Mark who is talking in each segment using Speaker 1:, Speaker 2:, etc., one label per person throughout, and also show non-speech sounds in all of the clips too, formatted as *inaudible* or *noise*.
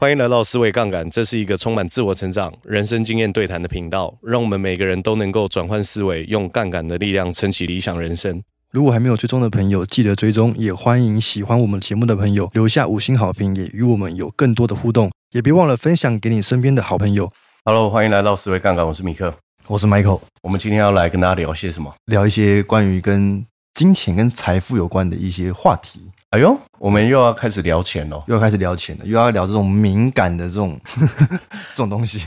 Speaker 1: 欢迎来到思维杠杆，这是一个充满自我成长、人生经验对谈的频道，让我们每个人都能够转换思维，用杠杆的力量撑起理想人生。
Speaker 2: 如果还没有追踪的朋友，记得追踪，也欢迎喜欢我们节目的朋友留下五星好评，也与我们有更多的互动，也别忘了分享给你身边的好朋友。
Speaker 1: Hello，欢迎来到思维杠杆，我是米克。
Speaker 2: 我是 Michael，
Speaker 1: 我们今天要来跟大家聊些什么？
Speaker 2: 聊一些关于跟金钱跟财富有关的一些话题，
Speaker 1: 哎呦，我们又要开始聊钱哦喽。
Speaker 2: 又要开始聊钱了，又要聊这种敏感的这种 *laughs* 这种东西。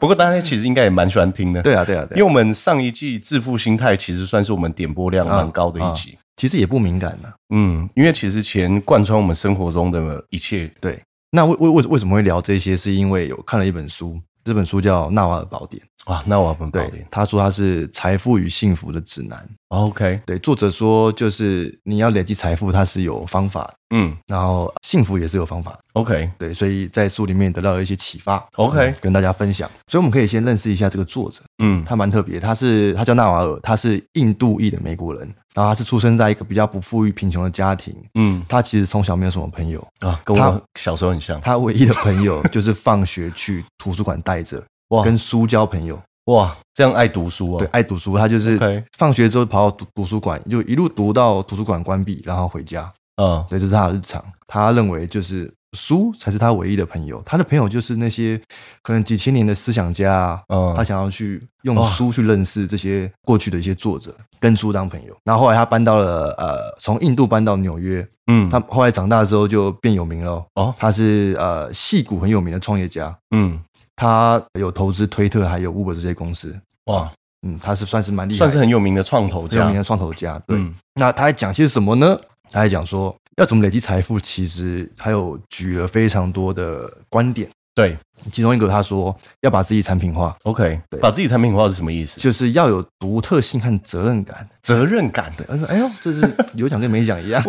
Speaker 1: 不过大家其实应该也蛮喜欢听的，
Speaker 2: 对啊，对啊，
Speaker 1: 因
Speaker 2: 对
Speaker 1: 为
Speaker 2: 啊，
Speaker 1: 我们上一季致富心态其实算是我们点播量蛮高的一集。
Speaker 2: 其实也不敏感啊。
Speaker 1: 嗯，因为其实钱贯穿我们生活中的一切。
Speaker 2: 对，那为为为为什么会聊这些？是因为有看了一本书，这本书叫《纳瓦尔宝典》，
Speaker 1: 哇，那我要很抱
Speaker 2: 对，他说他是财富与幸福的指南。
Speaker 1: OK，
Speaker 2: 对，作者说就是你要累积财富，它是有方法的，
Speaker 1: 嗯
Speaker 2: 然后幸福也是有方法的。
Speaker 1: ，OK，
Speaker 2: 对，所以在书里面得到了一些启发
Speaker 1: OK
Speaker 2: 嗯跟大家分享。所以我们可以先认识一下这个作者，
Speaker 1: 嗯
Speaker 2: 他蛮特别，他是他叫纳瓦尔，他是印度裔的美国人，然后他是出生在一个比较不富裕、贫穷的家庭。
Speaker 1: 嗯
Speaker 2: 他其实从小没有什么朋友，
Speaker 1: 啊，跟我小时候很像。
Speaker 2: 他唯一的
Speaker 1: *laughs*
Speaker 2: 朋友就是放学去图书馆待着，
Speaker 1: 哇
Speaker 2: 跟书交朋友。
Speaker 1: 哇，这样爱读书哦。
Speaker 2: 对，，爱读书，他就是
Speaker 1: OK
Speaker 2: 放学之后跑到图图书馆，就一路读到图书馆关闭，然后回家。
Speaker 1: 嗯
Speaker 2: 对，这是他的日常。他认为就是书才是他唯一的朋友，他的朋友就是那些可能几千年的思想家啊，
Speaker 1: 嗯
Speaker 2: 他想要去用书去认识这些过去的一些作者，跟书当朋友。然后后来他搬到了呃，从印度搬到纽约，
Speaker 1: 嗯，
Speaker 2: 他后来长大之后就变有名了。
Speaker 1: 哦，
Speaker 2: 他是呃戏骨很有名的创业家，
Speaker 1: 嗯，
Speaker 2: 他有投资推特还有 Uber 这些公司，
Speaker 1: 哇，
Speaker 2: 嗯，他是算是蛮厉害的，
Speaker 1: 算是很有名的创投
Speaker 2: 很有
Speaker 1: 家
Speaker 2: 名。的创投家。对，
Speaker 1: 嗯
Speaker 2: 那他还讲些什么呢？他还讲说要怎么累积财富，其实还有举了非常多的观点。
Speaker 1: 对
Speaker 2: 其中一个他说要把自己产品化，
Speaker 1: ，OK，
Speaker 2: 对
Speaker 1: 把自己产品化是什么意思？
Speaker 2: 就是要有独特性和责任感。
Speaker 1: 责任感的。
Speaker 2: 他说：“哎呦，这是有讲跟没讲一样。”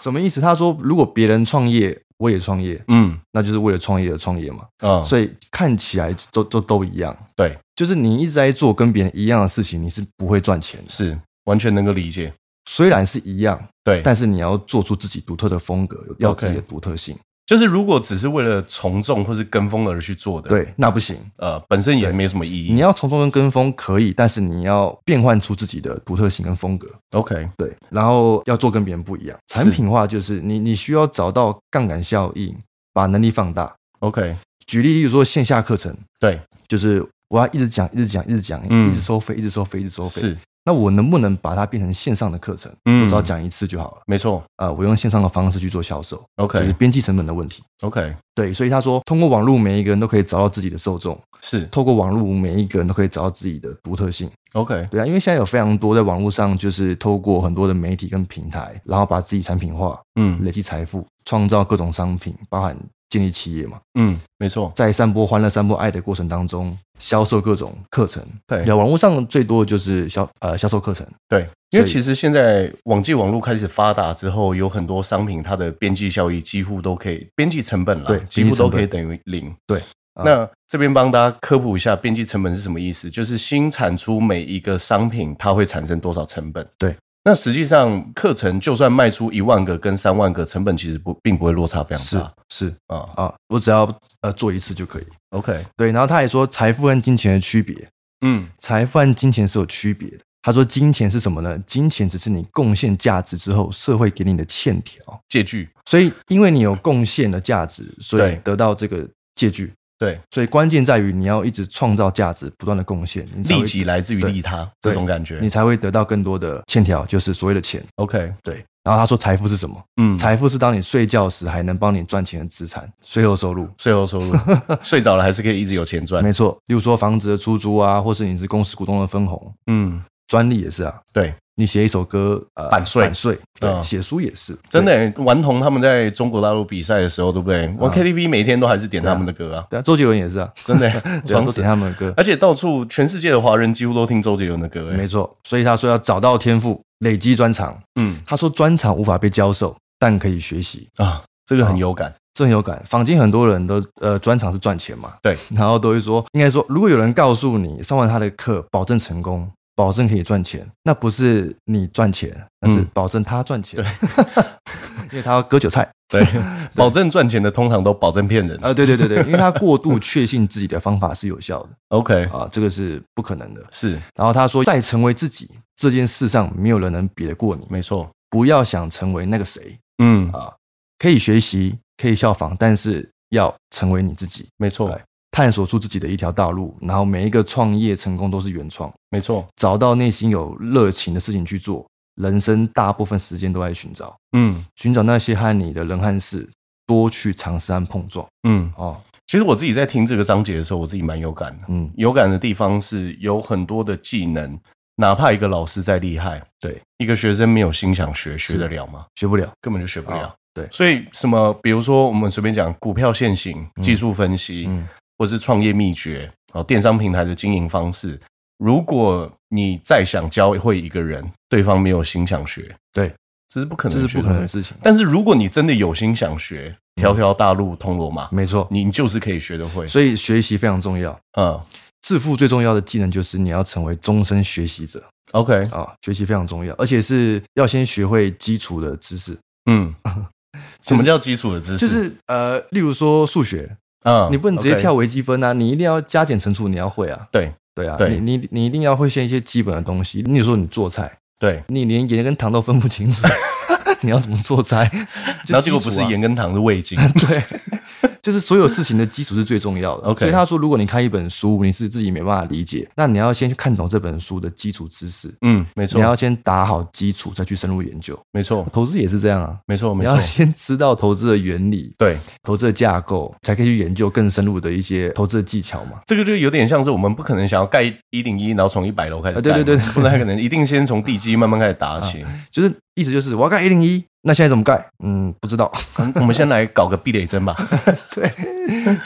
Speaker 2: 什么意思？他说如果别人创业，我也创业，
Speaker 1: 嗯
Speaker 2: 那就是为了创业而创业嘛。
Speaker 1: 嗯，
Speaker 2: 所以看起来都都都一样，
Speaker 1: 对，
Speaker 2: 就是你一直在做跟别人一样的事情，你是不会赚钱的。
Speaker 1: 是完全能够理解。
Speaker 2: 虽然是一样，
Speaker 1: 对，
Speaker 2: 但是你要做出自己独特的风格，要有
Speaker 1: OK
Speaker 2: 自己的独特性。
Speaker 1: 就是如果只是为了从众或是跟风而去做的，，
Speaker 2: 对，那不行，
Speaker 1: 呃，本身也没有什么意义。
Speaker 2: 你要从中跟跟风可以，但是你要变换出自己的独特性跟风格。
Speaker 1: OK，
Speaker 2: 对，然后要做跟别人不一样。产品化就是你你需要找到杠杆效应，把能力放大。
Speaker 1: OK，
Speaker 2: 举例，例如说线下课程，
Speaker 1: 对，
Speaker 2: 就是我要一直讲，一直讲，一直讲，
Speaker 1: 嗯
Speaker 2: 一直收费，一直收费，一直收费。
Speaker 1: 是
Speaker 2: 那我能不能把它变成线上的课程？
Speaker 1: 嗯
Speaker 2: 我只要讲一次就好了。
Speaker 1: 没错。
Speaker 2: 呃，我用线上的方式去做销售就是
Speaker 1: OK
Speaker 2: 边际成本的问题。
Speaker 1: OK，
Speaker 2: 对，所以他说，通过网络，每一个人都可以找到自己的受众；
Speaker 1: 是
Speaker 2: 透过网络，每一个人都可以找到自己的独特性。
Speaker 1: OK，
Speaker 2: 对啊，因为现在有非常多在网络上，就是透过很多的媒体跟平台，然后把自己产品化，
Speaker 1: 嗯
Speaker 2: 累积财富，创造各种商品，包含建立企业嘛，
Speaker 1: 嗯，没错。
Speaker 2: 在散播欢乐、散播爱的过程当中，销售各种课程。
Speaker 1: 对
Speaker 2: 对啊，网络上最多的就是销呃销售课程，
Speaker 1: 对，因为
Speaker 2: 所以
Speaker 1: 其实现在网际网络开始发达之后，有很多商品它的边际效益几乎都可以，边际成本啦，
Speaker 2: 对
Speaker 1: 几乎都可以等于零。
Speaker 2: 对啊
Speaker 1: 那这边帮大家科普一下边际成本是什么意思，就是新产出每一个商品它会产生多少成本。
Speaker 2: 对。
Speaker 1: 那实际上，课程就算卖出一万个跟三万个，成本其实不并不会落差非常
Speaker 2: 是
Speaker 1: 大
Speaker 2: 是
Speaker 1: 啊。
Speaker 2: 啊，我只要呃做一次就可以。
Speaker 1: OK，
Speaker 2: 对，然后他还说财富和金钱的区别，
Speaker 1: 嗯
Speaker 2: 财富和金钱是有区别的。他说：“金钱是什么呢？金钱只是你贡献价值之后，社会给你的欠条。
Speaker 1: 借据
Speaker 2: 所以，因为你有贡献的价值，所以
Speaker 1: 对
Speaker 2: 得到这个借据。
Speaker 1: 对，
Speaker 2: 所以关键在于你要一直创造价值，不断的贡献，你才会
Speaker 1: 利己，来自于利他这
Speaker 2: 对
Speaker 1: 种感觉
Speaker 2: 你。才会得到更多的欠条，就是所谓的钱。
Speaker 1: OK，
Speaker 2: 对。然后他说，财富是什么？
Speaker 1: 嗯，
Speaker 2: 财富是当你睡觉时还能帮你赚钱的资产，税后收入。
Speaker 1: 税后收
Speaker 2: *laughs*
Speaker 1: 入，睡着了还是可以一直有钱赚。
Speaker 2: 没错，例如说房子的出租啊，或是你是公司股东的分红，
Speaker 1: 嗯，
Speaker 2: 专利也是啊。
Speaker 1: 对，
Speaker 2: 你写一首歌，呃，
Speaker 1: 版税
Speaker 2: 版税，对，
Speaker 1: 嗯
Speaker 2: 写书也是，
Speaker 1: 真的、欸，顽童他们在中国大陆比赛的时候，对不对？玩 KTV 每天都还是点他们的歌啊，
Speaker 2: 啊对。对啊，周杰伦也是啊，
Speaker 1: 真的、欸，
Speaker 2: *laughs* 对啊
Speaker 1: 爽
Speaker 2: 都
Speaker 1: 死
Speaker 2: 点！他们的歌，
Speaker 1: 而且到处全世界的华人几乎都听周杰伦的歌、欸，
Speaker 2: 没错。所以他说要找到天赋，累积专长。
Speaker 1: 嗯
Speaker 2: 他说专长无法被教授，但可以学习，
Speaker 1: 啊，这个很有
Speaker 2: *laughs*
Speaker 1: 感，
Speaker 2: 这很有感。坊间很多人都呃专长是赚钱嘛，
Speaker 1: 对，
Speaker 2: 然后都会说，应该说，如果有人告诉你上完他的课，保证成功。保证可以赚钱，那不是你赚钱，那是
Speaker 1: 嗯
Speaker 2: *laughs* 保证他赚钱，因为他要割韭菜。
Speaker 1: 对，保证赚钱的通常都保证骗人。
Speaker 2: 啊，对对对对，因为他过度确信自己的方法是有效的
Speaker 1: OK，
Speaker 2: 啊，这个是不可能的。
Speaker 1: 是
Speaker 2: 然后他说，在成为自己这件事上，没有人能比得过你。
Speaker 1: 没错。
Speaker 2: 不要想成为那个谁，
Speaker 1: 嗯，
Speaker 2: 啊可以学习，可以效仿，但是要成为你自己，
Speaker 1: 没错
Speaker 2: 对，探索出自己的一条道路。然后每一个创业成功都是原创，
Speaker 1: 没错。
Speaker 2: 找到内心有热情的事情去做。人生大部分时间都在寻找，
Speaker 1: 嗯
Speaker 2: 寻找那些和你的人和事，多去尝试和碰撞。
Speaker 1: 嗯，
Speaker 2: 哦，
Speaker 1: 其实我自己在听这个章节的时候，我自己蛮有感的。
Speaker 2: 嗯，
Speaker 1: 有感的地方是有很多的技能，哪怕一个老师再厉害，
Speaker 2: 对
Speaker 1: 一个学生没有心想学，学
Speaker 2: 是
Speaker 1: 得了吗？
Speaker 2: 学不了，
Speaker 1: 根本就学不了。
Speaker 2: 啊对
Speaker 1: 所以什么，比如说我们随便讲股票现行、技术分析，
Speaker 2: 嗯
Speaker 1: 或是创业秘诀，哦，电商平台的经营方式。如果你再想教会一个人，对方没有心想学，
Speaker 2: 对，
Speaker 1: 这是不可能，
Speaker 2: 这是不可能的。事情。
Speaker 1: 但是如果你真的有心想学，条条大路通罗马，
Speaker 2: 没错，
Speaker 1: 你就是可以学得会。
Speaker 2: 嗯所以学习非常重要。
Speaker 1: 嗯
Speaker 2: 致富最重要的技能就是你要成为终身学习者
Speaker 1: ，OK，
Speaker 2: 啊，学习非常重要，而且是要先学会基础的知识， *laughs*
Speaker 1: 嗯，什么叫基础的知识？
Speaker 2: 就是呃，例如说数学，
Speaker 1: 嗯
Speaker 2: 你不能直接
Speaker 1: OK
Speaker 2: 跳微积分啊，你一定要加减乘除，你要会啊，
Speaker 1: 对
Speaker 2: 对啊，
Speaker 1: 对
Speaker 2: 你你你一定要会先一些基本的东西。例如说你做菜，
Speaker 1: 对，
Speaker 2: 你连盐跟糖都分不清楚， *laughs* 你要怎么做菜？就
Speaker 1: 然后结果
Speaker 2: 基础
Speaker 1: 不
Speaker 2: 啊
Speaker 1: 是盐跟糖是味
Speaker 2: *laughs*
Speaker 1: 精。
Speaker 2: 对，就是所有事情的基础是最重要的。
Speaker 1: OK
Speaker 2: 所以他说，如果你看一本书，你是自己没办法理解，那你要先去看懂这本书的基础知识，
Speaker 1: 嗯，没
Speaker 2: 你要
Speaker 1: 错，
Speaker 2: 先打好基础，再去深入研究。
Speaker 1: 没错，
Speaker 2: 投资也是这样啊，
Speaker 1: 没错，
Speaker 2: 你
Speaker 1: 没
Speaker 2: 要
Speaker 1: 错，
Speaker 2: 先知道投资的原理、
Speaker 1: *laughs* 对。
Speaker 2: 投资的架构，才可以去研究更深入的一些投资的技巧嘛。
Speaker 1: 这个就有点像是我们不可能想要盖一零一，然后从一百楼开始
Speaker 2: 啊
Speaker 1: 盖
Speaker 2: 对
Speaker 1: 嘛，
Speaker 2: 对对
Speaker 1: 不太可能，一定先从地基慢慢开始打
Speaker 2: *laughs*
Speaker 1: 起。
Speaker 2: 就是意思就是，我要盖一零一，那现在怎么盖？嗯，不知道， *laughs*
Speaker 1: 嗯我们先来搞个避雷针吧。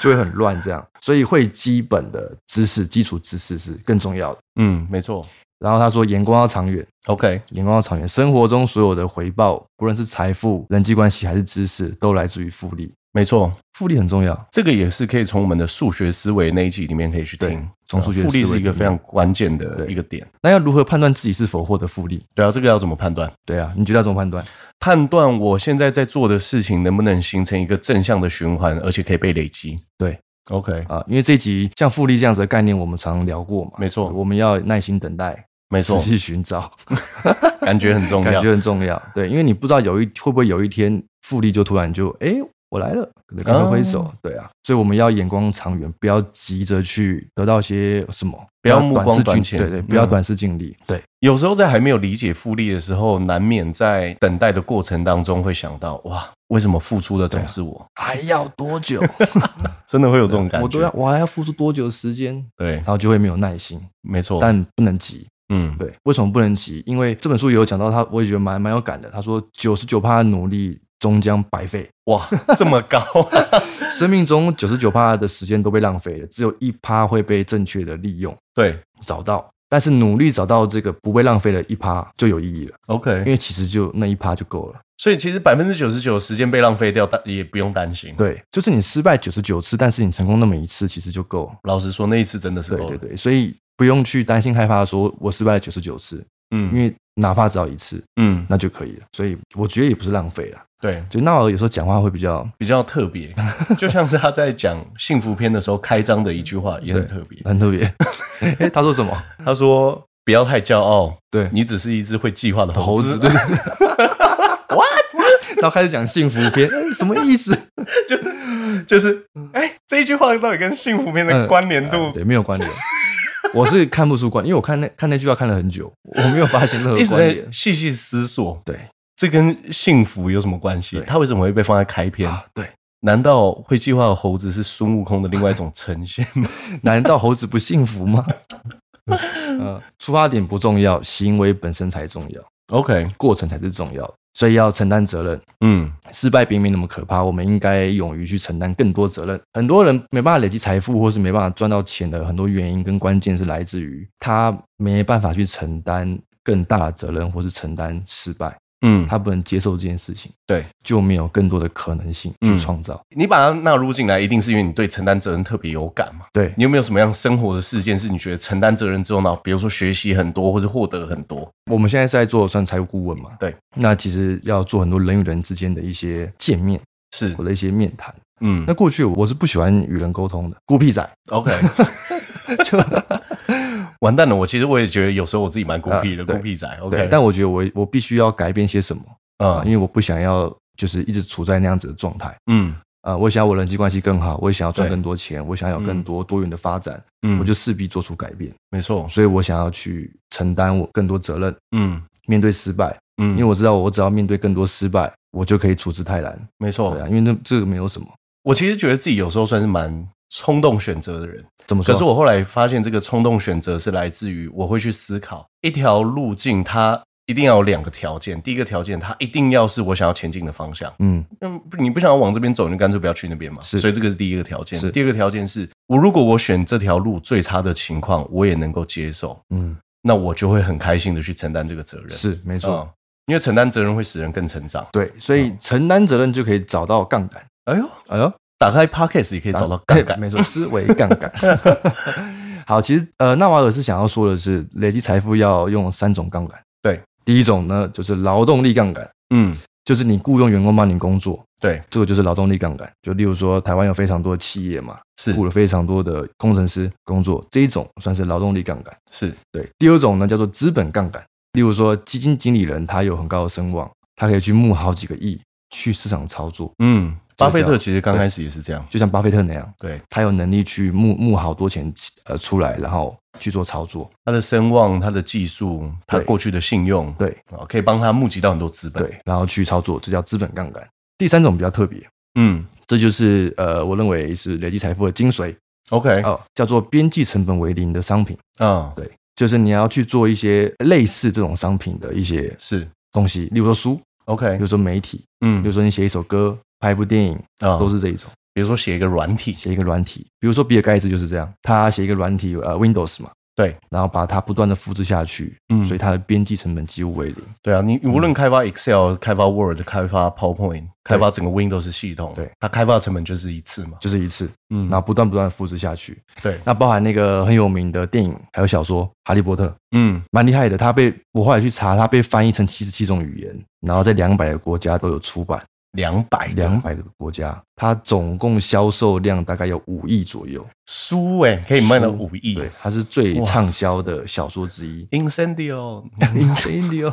Speaker 2: 就会很乱这样。所以会基本的知识、基础知识是更重要的。
Speaker 1: 嗯，没错。
Speaker 2: 然后他说，眼光要长远。
Speaker 1: OK，
Speaker 2: 眼光要长远，生活中所有的回报，不论是财富、人际关系还是知识，都来自于复利。
Speaker 1: 没错，
Speaker 2: 复利很重要，
Speaker 1: 这个也是可以从我们的数学思维那一集里面可以去
Speaker 2: 对
Speaker 1: 听。
Speaker 2: 从数学
Speaker 1: 呃复利
Speaker 2: 思维
Speaker 1: 是一个
Speaker 2: 里面
Speaker 1: 非常关键的
Speaker 2: 对
Speaker 1: 一个点。
Speaker 2: 那要如何判断自己是否获得复利？
Speaker 1: 对啊，这个要怎么判断？
Speaker 2: 对啊，你觉得要怎么判断？
Speaker 1: 判断我现在在做的事情能不能形成一个正向的循环，而且可以被累积。
Speaker 2: 对
Speaker 1: ，OK，
Speaker 2: 啊，因为这一集像复利这样子的概念，我们常聊过嘛。
Speaker 1: 没错，
Speaker 2: 我们要耐心等待，
Speaker 1: 没
Speaker 2: 仔
Speaker 1: 错，
Speaker 2: 细寻找，
Speaker 1: 感 *laughs* 觉很重
Speaker 2: 感
Speaker 1: 要
Speaker 2: 觉。很重要。对，因为你不知道有一会不会有一天复利就突然就哎。诶我来了，对赶快挥手，对啊，所以我们要眼光长远，不要急着去得到些什么，
Speaker 1: 不要目光
Speaker 2: 短视
Speaker 1: 短
Speaker 2: 近
Speaker 1: 浅
Speaker 2: 对对，不要
Speaker 1: 嗯
Speaker 2: 短视近利，对，
Speaker 1: 有时候在还没有理解复利的时候，难免在等待的过程当中会想到，哇，为什么付出的总是我？啊
Speaker 2: 还要多久？
Speaker 1: 啊 *laughs* 真的会有这种感觉。
Speaker 2: 我都要，我还要付出多久的时间？
Speaker 1: 对
Speaker 2: 然，后就会没有耐心，
Speaker 1: 没错。
Speaker 2: 但不能急。
Speaker 1: 嗯，
Speaker 2: 对，为什么不能急？因为这本书也有讲到他，我也觉得蛮蛮有感的。他说，九十九趴的努力终将白费，
Speaker 1: 哇，这么 *laughs* 高、
Speaker 2: 生命中九十九趴的时间都被浪费了，只有一趴会被正确的利用
Speaker 1: 对
Speaker 2: 找到。但是努力找到这个不被浪费的一趴就有意义了，
Speaker 1: *laughs*
Speaker 2: 因
Speaker 1: ，OK。
Speaker 2: 为其实就那一趴就够了。
Speaker 1: 所以其实百分之九十九时间被浪费掉，但也不用担心。，
Speaker 2: 对，就是你失败九十九次，但是你成功那么一次，其实就够了。
Speaker 1: 老实说，那一次真的是
Speaker 2: 对
Speaker 1: 够了。
Speaker 2: 对对，所以不用去担心害怕，说我失败了九十九次，因
Speaker 1: 嗯
Speaker 2: 为哪怕只要一次，
Speaker 1: 嗯，
Speaker 2: 那就可以了。所以我觉得也不是浪费了。
Speaker 1: 对，
Speaker 2: 就纳尔有时候讲话会比较，
Speaker 1: 比较特别，就像是他在讲幸福篇的时候开章的一句话也很
Speaker 2: 对
Speaker 1: 特别。
Speaker 2: 很特别。 *laughs* 哎，他说什么？
Speaker 1: 他说：“不要太骄傲，
Speaker 2: 对，
Speaker 1: 你只是一只会计划的猴
Speaker 2: 猴
Speaker 1: 子。
Speaker 2: 子对 *laughs* what？然后开始讲幸福篇，哎什么意思？
Speaker 1: 就是，哎、这一句话到底跟幸福篇的关联度
Speaker 2: 嗯？对，没有关联。我是看不出关，因为我看那看那句话看了很久，我没有发现任
Speaker 1: 一
Speaker 2: 何
Speaker 1: 直
Speaker 2: 关
Speaker 1: 在
Speaker 2: 联。
Speaker 1: 细细思索，
Speaker 2: 对
Speaker 1: 这跟幸福有什么关系？
Speaker 2: 对
Speaker 1: 它为什么会被放在开篇？
Speaker 2: 啊，对，
Speaker 1: 难道会计划的猴子是孙悟空的另外一种呈
Speaker 2: *laughs*
Speaker 1: 现吗？
Speaker 2: 难道猴子不幸福吗？嗯，出发点不重要，行为本身才重要，
Speaker 1: OK，
Speaker 2: 过程才是重要的，所以要承担责任。
Speaker 1: 嗯，
Speaker 2: 失败并没那么可怕，我们应该勇于去承担更多责任。很多人没办法累积财富，或是没办法赚到钱的很多原因跟关键是来自于他没办法去承担更大的责任，或是承担失败，
Speaker 1: 嗯，
Speaker 2: 他不能接受这件事情，
Speaker 1: 对嗯
Speaker 2: 就没有更多的可能性去创造。
Speaker 1: 你把它纳入进来，一定是因为你对承担责任特别有感嘛？
Speaker 2: 对，
Speaker 1: 你有没有什么样生活的事件是你觉得承担责任之后呢？比如说学习很多，或者获得很多？
Speaker 2: 我们现在是在做算财务顾问嘛？
Speaker 1: 对，
Speaker 2: 那其实要做很多人与人之间的一些见面，
Speaker 3: 是
Speaker 2: 我的一些面谈。
Speaker 1: 嗯
Speaker 2: 那过去我是不喜欢与人沟通的，孤僻仔。
Speaker 3: OK，
Speaker 2: *laughs* 就
Speaker 1: *laughs* 完蛋了。我其实我也觉得有时候我自己蛮孤僻的，
Speaker 2: 啊对
Speaker 1: 孤僻仔。
Speaker 2: 对
Speaker 1: OK，，
Speaker 2: 但我觉得我我必须要改变些什么啊，因
Speaker 1: 嗯
Speaker 2: 为我不想要就是一直处在那样子的状态
Speaker 1: 嗯
Speaker 2: 啊。我想要我人际关系更好，我也想要赚
Speaker 1: 对
Speaker 2: 更多钱，我想要有
Speaker 1: 嗯
Speaker 2: 更多多元的发展，
Speaker 1: 嗯，
Speaker 2: 我就势必做出改变。
Speaker 1: 没错，
Speaker 2: 所以我想要去承担我更多责任，
Speaker 1: 嗯
Speaker 2: 面对失败，
Speaker 1: 嗯，
Speaker 2: 因为我知道我只要面对更多失败，我就可以处之泰然。
Speaker 1: 没错
Speaker 2: 对，啊，因为那这个没有什么，
Speaker 1: 我其实觉得自己有时候算是蛮冲动选择的人，
Speaker 2: 怎么说？
Speaker 1: 可是我后来发现，这个冲动选择是来自于我会去思考一条路径，它一定要有两个条件。第一个条件，它一定要是我想要前进的方向。
Speaker 2: 嗯
Speaker 1: 嗯，你不想要往这边走，你就干脆不要去那边嘛。
Speaker 2: 是
Speaker 1: 所以这个是第一个条件
Speaker 2: 是。
Speaker 1: 第二个条件是我如果我选这条路最差的情况，我也能够接受，
Speaker 2: 嗯，
Speaker 1: 那我就会很开心的去承担这个责任。
Speaker 2: 是没错。
Speaker 1: 嗯，因为承担责任会使人更成长。
Speaker 2: 对，所
Speaker 1: 啊
Speaker 2: 以承担责任就可以找到杠杆。
Speaker 1: 哎呦，
Speaker 2: 哎呦，
Speaker 1: 打开 podcast 也可以找到杠杆。
Speaker 2: *laughs* 没错，思维杠杆。 *laughs* 好，其实呃，纳瓦尔是想要说的是，累积财富要用三种杠杆。
Speaker 1: 对，
Speaker 2: 第一种呢就是劳动力杠杆，
Speaker 1: 嗯，
Speaker 2: 就是你雇佣员工帮你工作，
Speaker 1: 对，
Speaker 2: 这个就是劳动力杠杆。就例如说，台湾有非常多的企业嘛，
Speaker 1: 是
Speaker 2: 雇了非常多的工程师工作，这一种算是劳动力杠杆。
Speaker 1: 是，
Speaker 2: 对，第二种呢叫做资本杠杆，例如说基金经理人他有很高的声望，他可以去募好几个亿去市场操作，
Speaker 1: 嗯，巴菲特
Speaker 2: 对
Speaker 1: 其实刚开始也是这样。
Speaker 2: 就像巴菲特那样，
Speaker 1: 对，
Speaker 2: 他有能力去募募好多钱呃出来，然后去做操作。
Speaker 1: 他的声望、他的技术、他
Speaker 2: 对
Speaker 1: 过去的信用，
Speaker 2: 对
Speaker 1: 啊，可以帮他募集到很多资本。，
Speaker 2: 对，然后去操作，这叫资本杠杆。第三种比较特别，
Speaker 1: 嗯
Speaker 2: 这就是呃我认为是累积财富的精髓
Speaker 1: ，OK，
Speaker 2: 哦，叫做边际成本为零的商品。
Speaker 1: 啊，
Speaker 2: 对，就是你要去做一些类似这种商品的一些
Speaker 1: 是
Speaker 2: 东西，例如说书，
Speaker 1: OK，
Speaker 2: 例如说媒体，
Speaker 1: 嗯
Speaker 2: 比如说你写一首歌、拍一部电影，
Speaker 1: 啊
Speaker 2: 都是这一种。
Speaker 1: 比如说写一个软体，
Speaker 2: 写一个软体，比如说比尔盖茨就是这样，他写一个软体，呃，Windows 嘛，
Speaker 1: 对
Speaker 2: 然后把它不断的复制下去，
Speaker 1: 嗯
Speaker 2: 所以它的边际成本几乎为零。
Speaker 1: 对啊，你你无论开发 Excel、开发 Word、开发 PowerPoint、开发整个 Windows 系统，
Speaker 2: 对，
Speaker 1: 它开发的成本就是一次嘛。
Speaker 2: 就是一次，
Speaker 1: 嗯
Speaker 2: 然后不断不断的复制下去。
Speaker 1: 对，
Speaker 2: 那包含那个很有名的电影还有小说《哈利波特》，
Speaker 1: 嗯，
Speaker 2: 蛮厉害的。它被我后来去查，它被翻译成七十七种语言，然后在两百个国家都有出版，
Speaker 1: 两百
Speaker 2: 两百个国家，它总共销售量大概有五亿左右，
Speaker 1: 书哎，可以卖到五亿。
Speaker 2: 对，它是最畅销的小说之一。
Speaker 1: Incendio，
Speaker 2: *laughs* Incendio，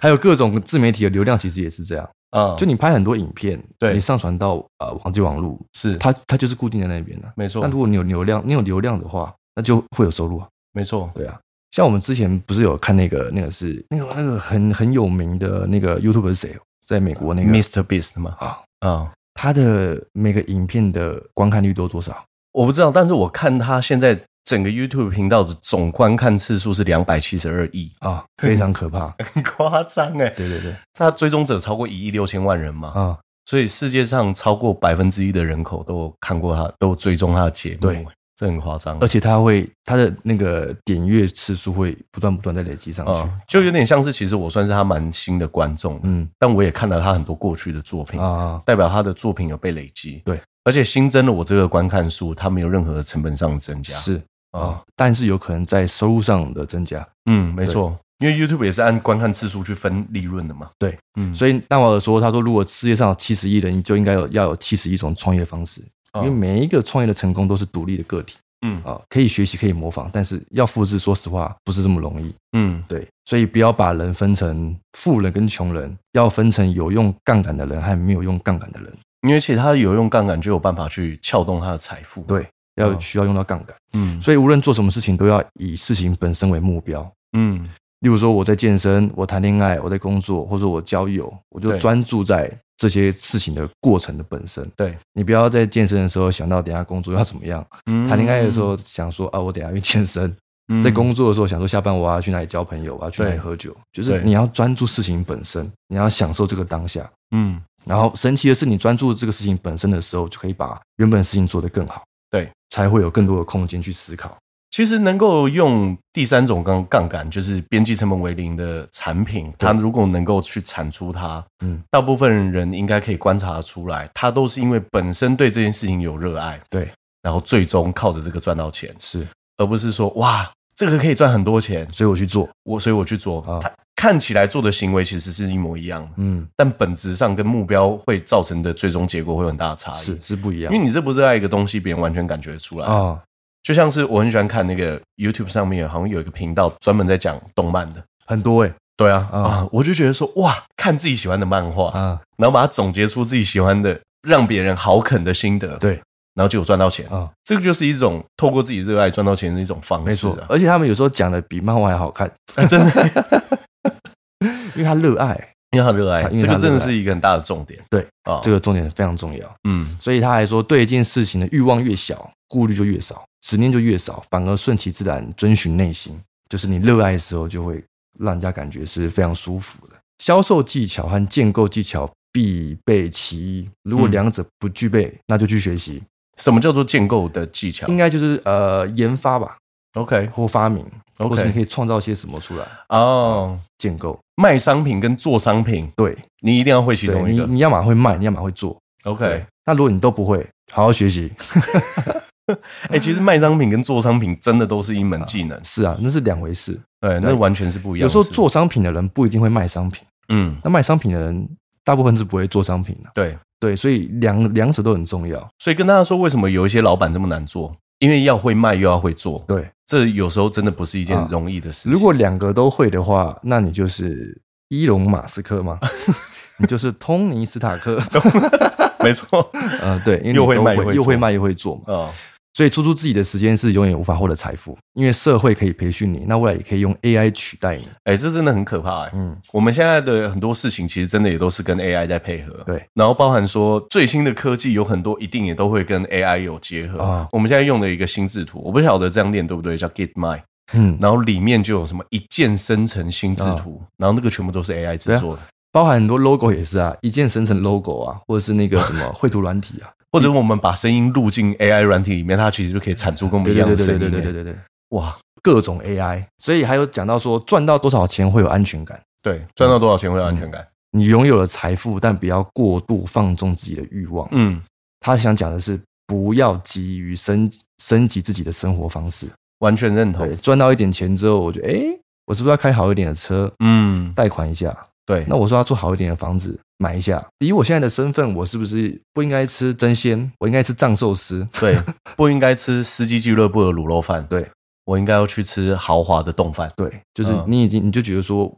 Speaker 2: 还有各种自媒体的流量，其实也是这样。
Speaker 1: 啊，
Speaker 2: 就你拍很多影片，
Speaker 1: 对
Speaker 2: 你上传到呃网际网路，
Speaker 1: 是
Speaker 2: 它它就是固定在那边啊的、
Speaker 1: 没错
Speaker 2: 那，如果你有流量，你有流量的话，那就会有收入啊。
Speaker 1: 没错，
Speaker 2: 对啊，像我们之前不是有看那个那个是那个那个很很有名的那个 YouTube 是谁哦？在美国那个
Speaker 1: Mr. Beast 嘛，
Speaker 2: 啊，
Speaker 1: 啊，
Speaker 2: 他的每个影片的观看率都多少？
Speaker 1: 我不知道，但是我看他现在整个 YouTube 频道的总观看次数是两百七十二亿，
Speaker 2: 啊，非常可怕。
Speaker 1: 很夸张哎！
Speaker 2: 对对对
Speaker 1: 他追踪者超过一亿六千万人嘛，
Speaker 2: 啊，
Speaker 1: 所以世界上超过百分之一的人口都有看过他，都有追踪他的节目，欸
Speaker 2: 对，
Speaker 1: 这很夸张。
Speaker 2: 而且他会他的那个点阅次数会不断不断在累积上去。
Speaker 1: 啊、就有点像是，其实我算是他蛮新的观众，
Speaker 2: 嗯
Speaker 1: 但我也看了他很多过去的作品，
Speaker 2: 啊，
Speaker 1: 代表他的作品有被累积。
Speaker 2: 对，
Speaker 1: 而且新增了我这个观看数，他没有任何成本上的增加。
Speaker 2: 是
Speaker 1: 啊、
Speaker 2: 啊，但是有可能在收入上的增加。
Speaker 1: 嗯，没错，因为 YouTube 也是按观看次数去分利润的嘛。
Speaker 2: 对，
Speaker 1: 嗯，
Speaker 2: 所以纳瓦尔说，他说如果世界上有七十亿人，你就应该有要有七十亿种创业方式，因为每一个创业的成功都是独立的个体
Speaker 1: 哦嗯
Speaker 2: 啊，可以学习，可以模仿，但是要复制，说实话不是这么容易。
Speaker 1: 嗯，
Speaker 2: 对，所以不要把人分成富人跟穷人，要分成有用杠杆的人和没有用杠杆的人。
Speaker 1: 因为其实他有用杠杆，就有办法去撬动他的财富。，
Speaker 2: 对，要
Speaker 1: 哦
Speaker 2: 需要用到杠杆，
Speaker 1: 嗯
Speaker 2: 所以无论做什么事情都要以事情本身为目标。
Speaker 1: 嗯，
Speaker 2: 例如说我在健身，我谈恋爱，我在工作，或者我交友，我就
Speaker 1: 对
Speaker 2: 专注在这些事情的过程的本身。
Speaker 1: 对，
Speaker 2: 你不要在健身的时候想到等一下工作要怎么样，谈恋爱的时候想说啊，我等一下去健身，
Speaker 1: 嗯
Speaker 2: 在工作的时候想说下班我要去哪里交朋友，我要去哪里
Speaker 1: 对
Speaker 2: 喝酒，就
Speaker 1: 对
Speaker 2: 是你要专注事情本身，你要享受这个当下。
Speaker 1: 嗯
Speaker 2: 然后神奇的是，你专注这个事情本身的时候，就可以把原本的事情做得更好，
Speaker 1: 对，
Speaker 2: 才会有更多的空间去思考。
Speaker 1: 其实能够用第三种杠杠杆，就是边际成本为零的产品，它如果能够去产出它，
Speaker 2: 嗯，
Speaker 1: 大部分人应该可以观察得出来，他都是因为本身对这件事情有热爱，
Speaker 2: 对，
Speaker 1: 然后最终靠着这个赚到钱，
Speaker 2: 是，
Speaker 1: 而不是说哇这个可以赚很多钱，
Speaker 2: 所以我去做
Speaker 1: 我所以我去做。
Speaker 2: 啊
Speaker 1: 他看起来做的行为其实是一模一样的，
Speaker 2: 嗯，
Speaker 1: 但本质上跟目标会造成的最终结果会有很大的差异。
Speaker 2: 是是不
Speaker 1: 哎
Speaker 2: 一
Speaker 1: 因
Speaker 2: 样
Speaker 1: 为你热不热爱一个东西，别人完全感觉得出来。
Speaker 2: 啊，
Speaker 1: 就像是我很喜欢看那个 YouTube 上面好像有一个频道专门在讲动漫的。
Speaker 2: 很多哎
Speaker 1: 对啊，
Speaker 2: 嗯
Speaker 1: 啊，我就觉得说哇，看自己喜欢的漫画，
Speaker 2: 啊，
Speaker 1: 然后把它总结出自己喜欢的，让别人好啃的心得，
Speaker 2: 对，
Speaker 1: 然后就有赚到钱。
Speaker 2: 嗯
Speaker 1: 这个就是一种透过自己热爱赚到钱的一种方
Speaker 2: 没
Speaker 1: 式
Speaker 2: 错
Speaker 1: 啊，，
Speaker 2: 而且他们有时候讲的比漫画还好看，
Speaker 1: 啊 *laughs* 真的，
Speaker 2: 因为他热爱，
Speaker 1: 因为他热爱，
Speaker 2: 他 *laughs* 因为
Speaker 1: 这
Speaker 2: 他
Speaker 1: 个真的
Speaker 2: 热爱
Speaker 1: 是一个很大的重点。
Speaker 2: 对
Speaker 1: 啊，
Speaker 2: 这个重点非常重要。
Speaker 1: 嗯，
Speaker 2: 所以他还说，对一件事情的欲望越小，顾虑就越少，执念就越少，反而顺其自然，遵循内心，就是你热爱的时候，就会让人家感觉是非常舒服的。销售技巧和建构技巧必备其一，如果
Speaker 1: 嗯
Speaker 2: 两者不具备，那就去学习，
Speaker 1: 什么叫做建构的技巧
Speaker 2: 应该就是呃研发吧，
Speaker 1: ？OK，
Speaker 2: 或发明
Speaker 1: OK
Speaker 2: 或是你可以创造些什么出来。
Speaker 1: 哦，
Speaker 2: 建构
Speaker 1: 卖商品跟做商品，
Speaker 2: 对
Speaker 1: 你一定要会其
Speaker 2: 对，
Speaker 1: 中一
Speaker 2: 你
Speaker 1: 个。
Speaker 2: 你要么会卖，你要么会做。
Speaker 1: OK，哎、
Speaker 2: 那如果你都不会，好好学习。
Speaker 1: 哎其实卖商品跟做商品真的都是一门技能，
Speaker 2: 是啊，那是两回事。
Speaker 1: 对，那完全是不一样
Speaker 2: 有
Speaker 1: 的
Speaker 2: 时
Speaker 1: 事。
Speaker 2: 候做商品的人不一定会卖商品。
Speaker 1: 嗯，
Speaker 2: 那卖商品的人大部分是不会做商品的、
Speaker 1: 对，
Speaker 2: 对，所以两两者都很重要。
Speaker 1: 所以跟大家说，为什么有一些老板这么难做？因为要会卖，又要会做，
Speaker 2: 对，
Speaker 1: 这有时候真的不是一件
Speaker 2: 啊
Speaker 1: 容易的事情。
Speaker 2: 如果两个都会的话，那你就是伊隆马斯克吗？你就是通尼斯塔克，
Speaker 1: 没错，
Speaker 2: *laughs* 呃，对，因为你
Speaker 1: 又会
Speaker 2: 都
Speaker 1: 卖又
Speaker 2: 会
Speaker 1: 会
Speaker 2: 又会
Speaker 1: 做
Speaker 2: 卖又会做嘛，
Speaker 1: 啊、
Speaker 2: 所以出租自己的时间是永远无法获得财富，因为社会可以培训你，那未来也可以用 AI 取代你。
Speaker 1: 哎、这真的很可怕哎、
Speaker 2: 嗯，
Speaker 1: 我们现在的很多事情，其实真的也都是跟 AI 在配合。
Speaker 2: 对，
Speaker 1: 然后包含说最新的科技有很多，一定也都会跟 AI 有结合。
Speaker 2: 啊
Speaker 1: 我们现在用的一个心智图，我不晓得这样念对不对，叫 Git My，
Speaker 2: 嗯，
Speaker 1: 然后里面就有什么一键生成心智图，
Speaker 2: 啊
Speaker 1: 然后那个全部都是 AI 制作的，
Speaker 2: 包含很多 logo 也是啊，一键生成 logo 啊，或者是那个什么绘图软体啊，
Speaker 1: 或者我们把声音录进 AI 软体里面，它其实就可以产出跟我们
Speaker 2: 对
Speaker 1: 一
Speaker 2: 对
Speaker 1: 样
Speaker 2: 对
Speaker 1: 的
Speaker 2: 对
Speaker 1: 声
Speaker 2: 对
Speaker 1: 音。
Speaker 2: 对对对
Speaker 1: 哎
Speaker 2: 对对，
Speaker 1: 哇，
Speaker 2: 各种 AI，所以还有讲到说赚到多少钱会有安全感。
Speaker 1: 对，赚到多少钱会有安全感？
Speaker 2: 你拥有了财富，但不要过度放纵自己的欲望。
Speaker 1: 嗯，
Speaker 2: 他想讲的是，不要急于升升级自己的生活方式。
Speaker 1: 完全认
Speaker 2: 对，
Speaker 1: 同。
Speaker 2: 赚到一点钱之后，我觉得，哎、我是不是要开好一点的车，
Speaker 1: 嗯，
Speaker 2: 贷款一下？
Speaker 1: 对，
Speaker 2: 那我说要住好一点的房子，买一下。以我现在的身份，我是不是不应该吃真鲜？我应该吃藏寿司？
Speaker 1: 对，不应该吃司机俱乐部的卤肉饭，
Speaker 2: 对
Speaker 1: 我应该要去吃豪华的冻饭。
Speaker 2: 对，就是
Speaker 1: 嗯
Speaker 2: 你已经，你就觉得说，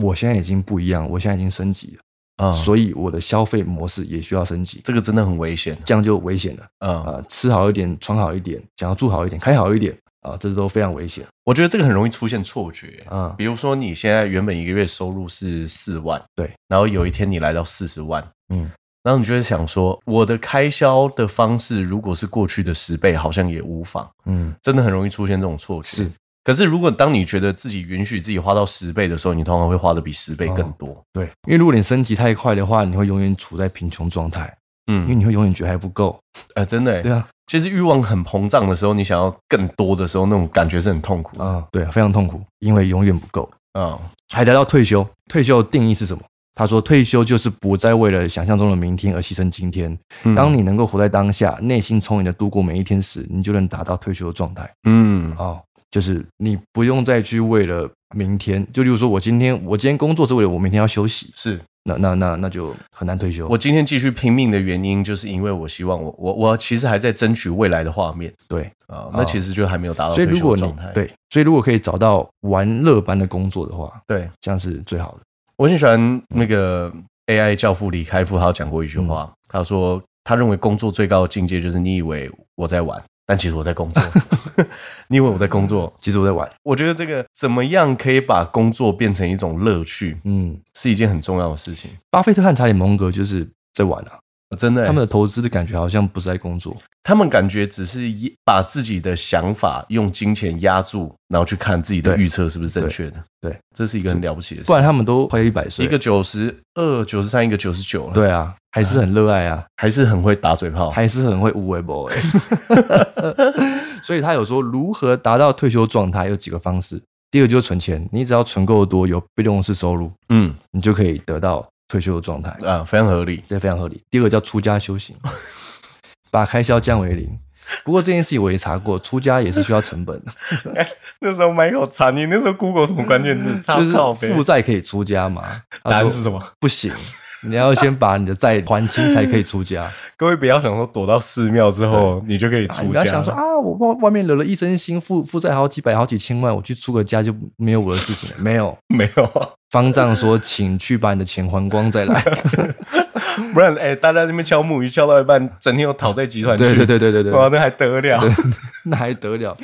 Speaker 2: 我现在已经不一样，我现在已经升级了，
Speaker 1: 啊、
Speaker 2: 所以我的消费模式也需要升级，
Speaker 1: 这个真的很危险。
Speaker 2: 这样就危险了。
Speaker 1: 嗯、
Speaker 2: 啊，吃好一点，穿好一点，想要住好一点，开好一点啊，这都非常危险
Speaker 1: 我觉得这个很容易出现错觉。
Speaker 2: 啊。
Speaker 1: 比如说，你现在原本一个月收入是四万，
Speaker 2: 对，
Speaker 1: 然后有一天你来到四十万，
Speaker 2: 嗯，
Speaker 1: 然后你就会想说，我的开销的方式如果是过去的十倍，好像也无妨。
Speaker 2: 嗯，
Speaker 1: 真的很容易出现这种错觉。
Speaker 2: 是，
Speaker 1: 可是如果当你觉得自己允许自己花到十倍的时候，你通常会花的比十
Speaker 2: 哦
Speaker 1: 倍更多。
Speaker 2: 对，因为如果你升级太快的话，你会永远处在贫穷状态，因为
Speaker 1: 嗯，
Speaker 2: 你会永远觉得还不够。
Speaker 1: 呃，真的、
Speaker 2: 对
Speaker 1: 欸，
Speaker 2: 啊，
Speaker 1: 其实欲望很膨胀的时候，你想要更多的时候，那种感觉是很痛苦的。
Speaker 2: 啊，对啊，非常痛苦，因为永远不够。
Speaker 1: 嗯，
Speaker 2: 还聊到退休，退休的定义是什么？他说，退休就是不再为了想象中的明天而牺牲今天。
Speaker 1: 嗯
Speaker 2: 当你能够活在当下，内心充盈的度过每一天时，你就能达到退休的状态。
Speaker 1: 嗯
Speaker 2: 哦，就是你不用再去为了明天，就例如说，我今天我今天工作是为了我明天要休息，
Speaker 1: 是
Speaker 2: 那那那那就很难退休。
Speaker 1: 我今天继续拼命的原因，就是因为我希望我我我其实还在争取未来的画面
Speaker 2: 对，
Speaker 1: 啊、那其实就还没有达到
Speaker 2: 所以
Speaker 1: 退
Speaker 2: 如
Speaker 1: 休
Speaker 2: 果
Speaker 1: 的
Speaker 2: 你
Speaker 1: 状态。
Speaker 2: 对，所以如果可以找到玩乐般的工作的话，
Speaker 1: 对，
Speaker 2: 这样是最好的。
Speaker 1: 我很喜欢那个 AI 教父李开复，他有讲过一句
Speaker 2: 嗯
Speaker 1: 话，他说他认为工作最高的境界就是你以为我在玩，但其实我在
Speaker 2: *laughs*
Speaker 1: 工作。你以为我在工作？
Speaker 2: 其实我在玩，
Speaker 1: 我觉得这个怎么样可以把工作变成一种乐趣，
Speaker 2: 嗯，
Speaker 1: 是一件很重要的事情。
Speaker 2: 巴菲特和查理蒙格就是在玩啊，
Speaker 1: 真的欸、
Speaker 2: 他们的投资的感觉好像不是在工作，
Speaker 1: 他们感觉只是一把自己的想法用金钱压住，然后去看自己的
Speaker 2: 对
Speaker 1: 预测是不是正确的。
Speaker 2: 对对
Speaker 1: 这是一个很了不起的事。
Speaker 2: 不然他们都快一百岁，
Speaker 1: 一个九十二、九十三，一个九十九了，，
Speaker 2: 对啊，还是很热爱啊，
Speaker 1: 还是很会打嘴炮。
Speaker 2: 还是很会无为 boy。所以他有说如何达到退休状态有几个方式，第一个就是存钱，你只要存够多，有被动式收入，
Speaker 1: 嗯
Speaker 2: 你就可以得到退休的状态。
Speaker 1: 啊，非常合理。
Speaker 2: 这非常合理。第二个叫出家修行，把开销降为零。不过这件事情我也查过，出家也是需要成
Speaker 1: *laughs*
Speaker 2: 本的，
Speaker 1: 那时候 Michael 查你那时候 Google 什么关键字？
Speaker 2: 就
Speaker 1: 就是
Speaker 2: 是负债可以出家嘛？
Speaker 1: *laughs*
Speaker 2: 他
Speaker 1: 答案
Speaker 2: 说
Speaker 1: 是什么？
Speaker 2: 不行，你要先把你的债还清才可以出家。
Speaker 1: 各位不要想说躲到寺庙之后你就可以
Speaker 2: 啊
Speaker 1: *laughs* 出
Speaker 2: 你不
Speaker 1: 家
Speaker 2: 要
Speaker 1: 了，
Speaker 2: 想说啊，我外外面惹了一身腥，负负债好几百、好几千万，我去出个家就没有我的事情了。没有，
Speaker 1: 没有。
Speaker 2: 方丈说，请去把你的钱还光再
Speaker 1: *laughs*
Speaker 2: 来。
Speaker 1: 不然，哎、大家这边敲木鱼敲到一半，整天又讨债集团去，
Speaker 2: 对对对对对对，
Speaker 1: 哇，那还得了？
Speaker 2: 那还得了？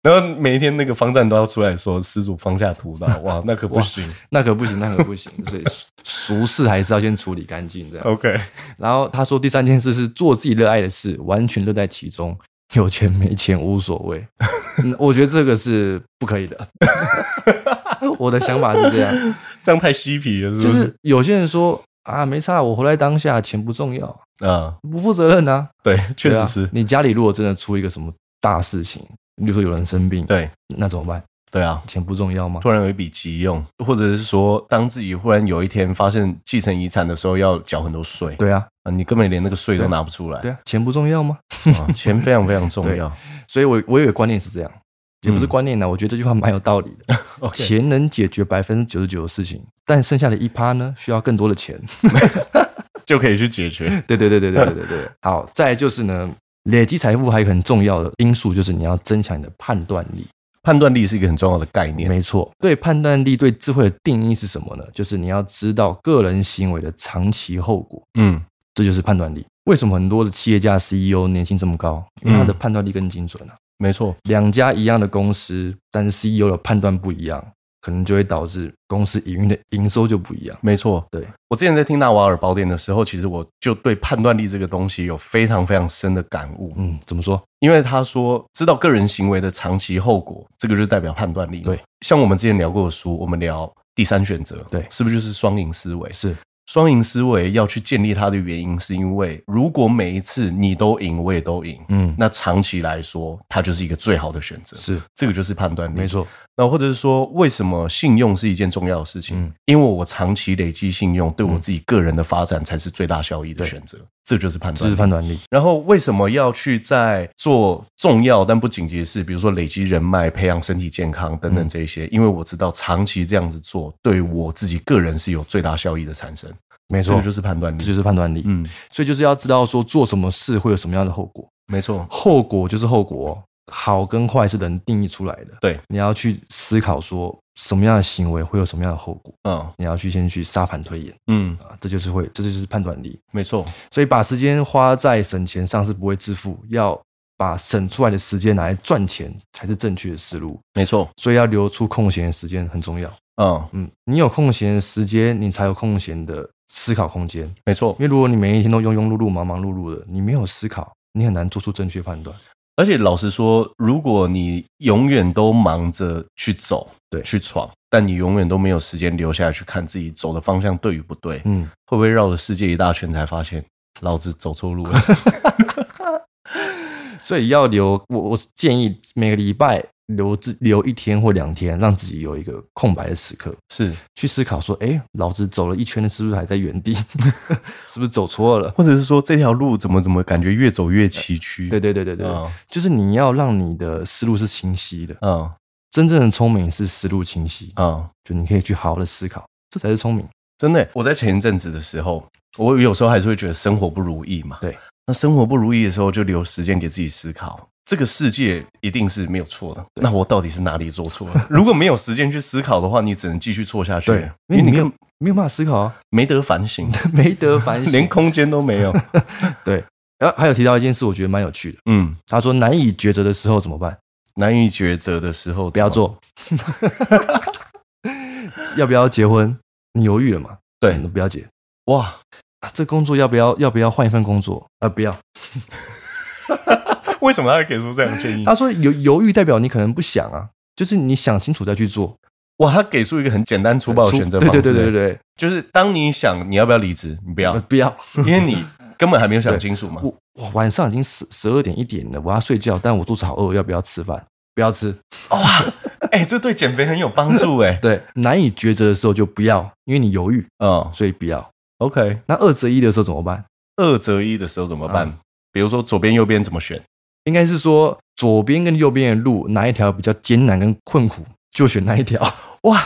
Speaker 1: 然后每一天那个方丈都要出来说施主方下
Speaker 2: *laughs*
Speaker 1: 屠刀，哇，那可不行。
Speaker 2: 那可不行，那可不行。所以俗事还是要先处理干净，这样。
Speaker 1: OK，
Speaker 2: 然后他说第三件事是做自己热爱的事，完全乐在其中， *laughs* 有钱没钱无所
Speaker 1: *laughs*
Speaker 2: 谓。嗯我觉得这个是不可以的。 *laughs* 我的想法是
Speaker 1: *laughs*
Speaker 2: 这样，
Speaker 1: 这样太嬉皮了，是
Speaker 2: 就
Speaker 1: 不是？
Speaker 2: 是有些人说啊，没差，我活在当下，钱不重要，
Speaker 1: 啊、
Speaker 2: 不负责任啊。
Speaker 1: 对，确
Speaker 2: 对
Speaker 1: 实
Speaker 2: 啊
Speaker 1: 是，
Speaker 2: 你家里如果真的出一个什么大事情，比如说有人生病，
Speaker 1: 对
Speaker 2: 那怎么办？
Speaker 1: 对啊。
Speaker 2: 钱不重要吗？
Speaker 1: 突然有一笔急用，或者是说，当自己忽然有一天发现继承遗产的时候要缴很多税，
Speaker 2: 对啊，
Speaker 1: 啊，你根本连那个税都拿不出来
Speaker 2: 对，啊，钱不重要吗？
Speaker 1: 啊钱非常非
Speaker 2: *laughs*
Speaker 1: 常重要。
Speaker 2: 所以我我有个观念是这样，也不是
Speaker 1: 嗯
Speaker 2: 观念呢、我觉得这句话蛮有道理的。
Speaker 1: OK，
Speaker 2: 哦钱能解决百分之九十九的事情，但剩下的一趴呢，需要更多的钱。
Speaker 1: 就可以去解
Speaker 2: *laughs*
Speaker 1: 决。
Speaker 2: 对对对对对对对对。好，再来就是呢，累积财富还有一个很重要的因素，就是你要增强你的判断力。
Speaker 1: 判断力是一个很重要的概念。
Speaker 2: 没错，对判断力、对智慧的定义是什么呢？就是你要知道个人行为的长期后果，
Speaker 1: 嗯，
Speaker 2: 这就是判断力。为什么很多的企业家 CEO 年薪这么高？因为他的
Speaker 1: 嗯
Speaker 2: 判断力更精准啊。
Speaker 1: 没错。
Speaker 2: 两家一样的公司，但是 CEO 的判断不一样，可能就会导致公司营运的营收就不一样。
Speaker 1: 没错，
Speaker 2: 对
Speaker 1: 我之前在听纳瓦尔宝典的时候，其实我就对判断力这个东西有非常非常深的感悟，
Speaker 2: 嗯，怎么说？
Speaker 1: 因为他说知道个人行为的长期后果，这个就是代表判断力。
Speaker 2: 对，
Speaker 1: 像我们之前聊过的书，我们聊第三选择，
Speaker 2: 对
Speaker 1: 是不是就是双赢思维？
Speaker 2: 是
Speaker 1: 双赢思维要去建立它的原因，是因为如果每一次你都赢，我也都赢，
Speaker 2: 嗯，
Speaker 1: 那长期来说，它就是一个最好的选择。
Speaker 2: 是
Speaker 1: 这个就是嗯判断力，
Speaker 2: 没错，
Speaker 1: 那或者是说，为什么信用是一件重要的事情？
Speaker 2: 嗯
Speaker 1: 因为我长期累积信用，对我自己个人的发展才是最大效益的
Speaker 2: 对
Speaker 1: 选择。这就是判
Speaker 2: 这
Speaker 1: 断
Speaker 2: 是
Speaker 1: 力。
Speaker 2: 判断力。
Speaker 1: 然后为什么要去在做重要但不紧急的事，比如说累积人脉、培养身体健康等
Speaker 2: 嗯
Speaker 1: 等这些？因为我知道长期这样子做，对我自己个人是有最大效益的产生。
Speaker 2: 没
Speaker 1: 这
Speaker 2: 错，
Speaker 1: 个就是判断
Speaker 2: 这
Speaker 1: 力。
Speaker 2: 就是判断力。
Speaker 1: 嗯，
Speaker 2: 所以就是要知道说做什么事会有什么样的后果，
Speaker 1: 没错，
Speaker 2: 后果就是后果哦，好跟坏是人定义出来的。
Speaker 1: 对，
Speaker 2: 你要去思考说什么样的行为会有什么样的后果，
Speaker 1: 嗯
Speaker 2: 你要去先去沙盘推演
Speaker 1: 嗯，
Speaker 2: 啊，这就是会，这就是判断力。
Speaker 1: 没错，
Speaker 2: 所以把时间花在省钱上是不会致富，要把省出来的时间拿来赚钱才是正确的思路。
Speaker 1: 没错，
Speaker 2: 所以要留出空闲的时间很重要。
Speaker 1: 嗯，
Speaker 2: 嗯，你有空闲的时间，你才有空闲的思考空间。
Speaker 1: 没错
Speaker 2: 因。为如果你每一天都庸庸碌碌、忙忙碌碌的，你没有思考，你很难做出正确判断。
Speaker 1: 而且老实说，如果你永远都忙着去走，
Speaker 2: 对
Speaker 1: 去闯，但你永远都没有时间留下来去看自己走的方向对与不对，
Speaker 2: 嗯，
Speaker 1: 会不会绕了世界一大圈才发现老子走错路
Speaker 2: *laughs*
Speaker 1: 了？
Speaker 2: 所以要留我，我建议每个礼拜留自留一天或两天，让自己有一个空白的时刻，
Speaker 1: 是，
Speaker 2: 去思考说，哎，老子走了一圈，是不是还在原 *laughs* 地？是不是走错了？
Speaker 1: 或者是说这条路怎么怎么感觉越走越崎岖？
Speaker 2: 对对对对对，
Speaker 1: 嗯
Speaker 2: 就是你要让你的思路是清晰的。
Speaker 1: 嗯
Speaker 2: 真正的聪明是思路清晰，
Speaker 1: 嗯，
Speaker 2: 就你可以去好好的思考，这才是聪明。
Speaker 1: 真的耶，我在前一阵子的时候，我有时候还是会觉得生活不如意嘛。
Speaker 2: 对，
Speaker 1: 那生活不如意的时候，就留时间给自己思考。这个世界一定是没有错的，那我到底是哪里做错了？如果没有时间去思考的话，你只能继续错下去，因为
Speaker 2: 因为你
Speaker 1: 你
Speaker 2: 没有
Speaker 1: 根本
Speaker 2: 没有办法思考啊，
Speaker 1: 没得反省，
Speaker 2: 没得反 *laughs* 省。
Speaker 1: 连空间都没有。
Speaker 2: 对，然后还有提到一件事，我觉得蛮有趣的。
Speaker 1: 嗯，
Speaker 2: 他说，难以抉择的时候怎么办？
Speaker 1: 难以抉择的时候，
Speaker 2: 不要
Speaker 1: 怎么。
Speaker 2: 做。 *laughs* 要不要结婚？你犹豫了嘛？
Speaker 1: 对
Speaker 2: 嗯，不要结。
Speaker 1: 哇，
Speaker 2: 啊这工作要不要？要不要换一份工作？啊，不要。
Speaker 1: 为什么他会给出这样的建议
Speaker 2: 他？说犹犹豫代表你可能不想啊，就是你想清楚再去做。
Speaker 1: 哇，他给出一个很简单粗暴的选择
Speaker 2: 对
Speaker 1: 方式，欸
Speaker 2: 对对对对对，
Speaker 1: 就是当你想你要不要离职，你不要
Speaker 2: *laughs* 呃，不要。
Speaker 1: 因为你根本还没有想清楚嘛。
Speaker 2: 我我晚上已经十十二点一点了，我要睡觉，但我肚子好饿，要不要吃饭？不要吃。
Speaker 1: 哎、这对减肥很有帮
Speaker 2: *laughs*
Speaker 1: 助哎、
Speaker 2: 对，难以抉择的时候就不要，因为你犹豫，
Speaker 1: 嗯
Speaker 2: 所以不要。
Speaker 1: ，OK，
Speaker 2: 那二择一的时候怎么办？嗯
Speaker 1: 二择一的时候怎么办？比如说左边右边怎么选？
Speaker 2: 应该是说左边跟右边的路哪一条比较艰难跟困苦，就选哪一条。哇，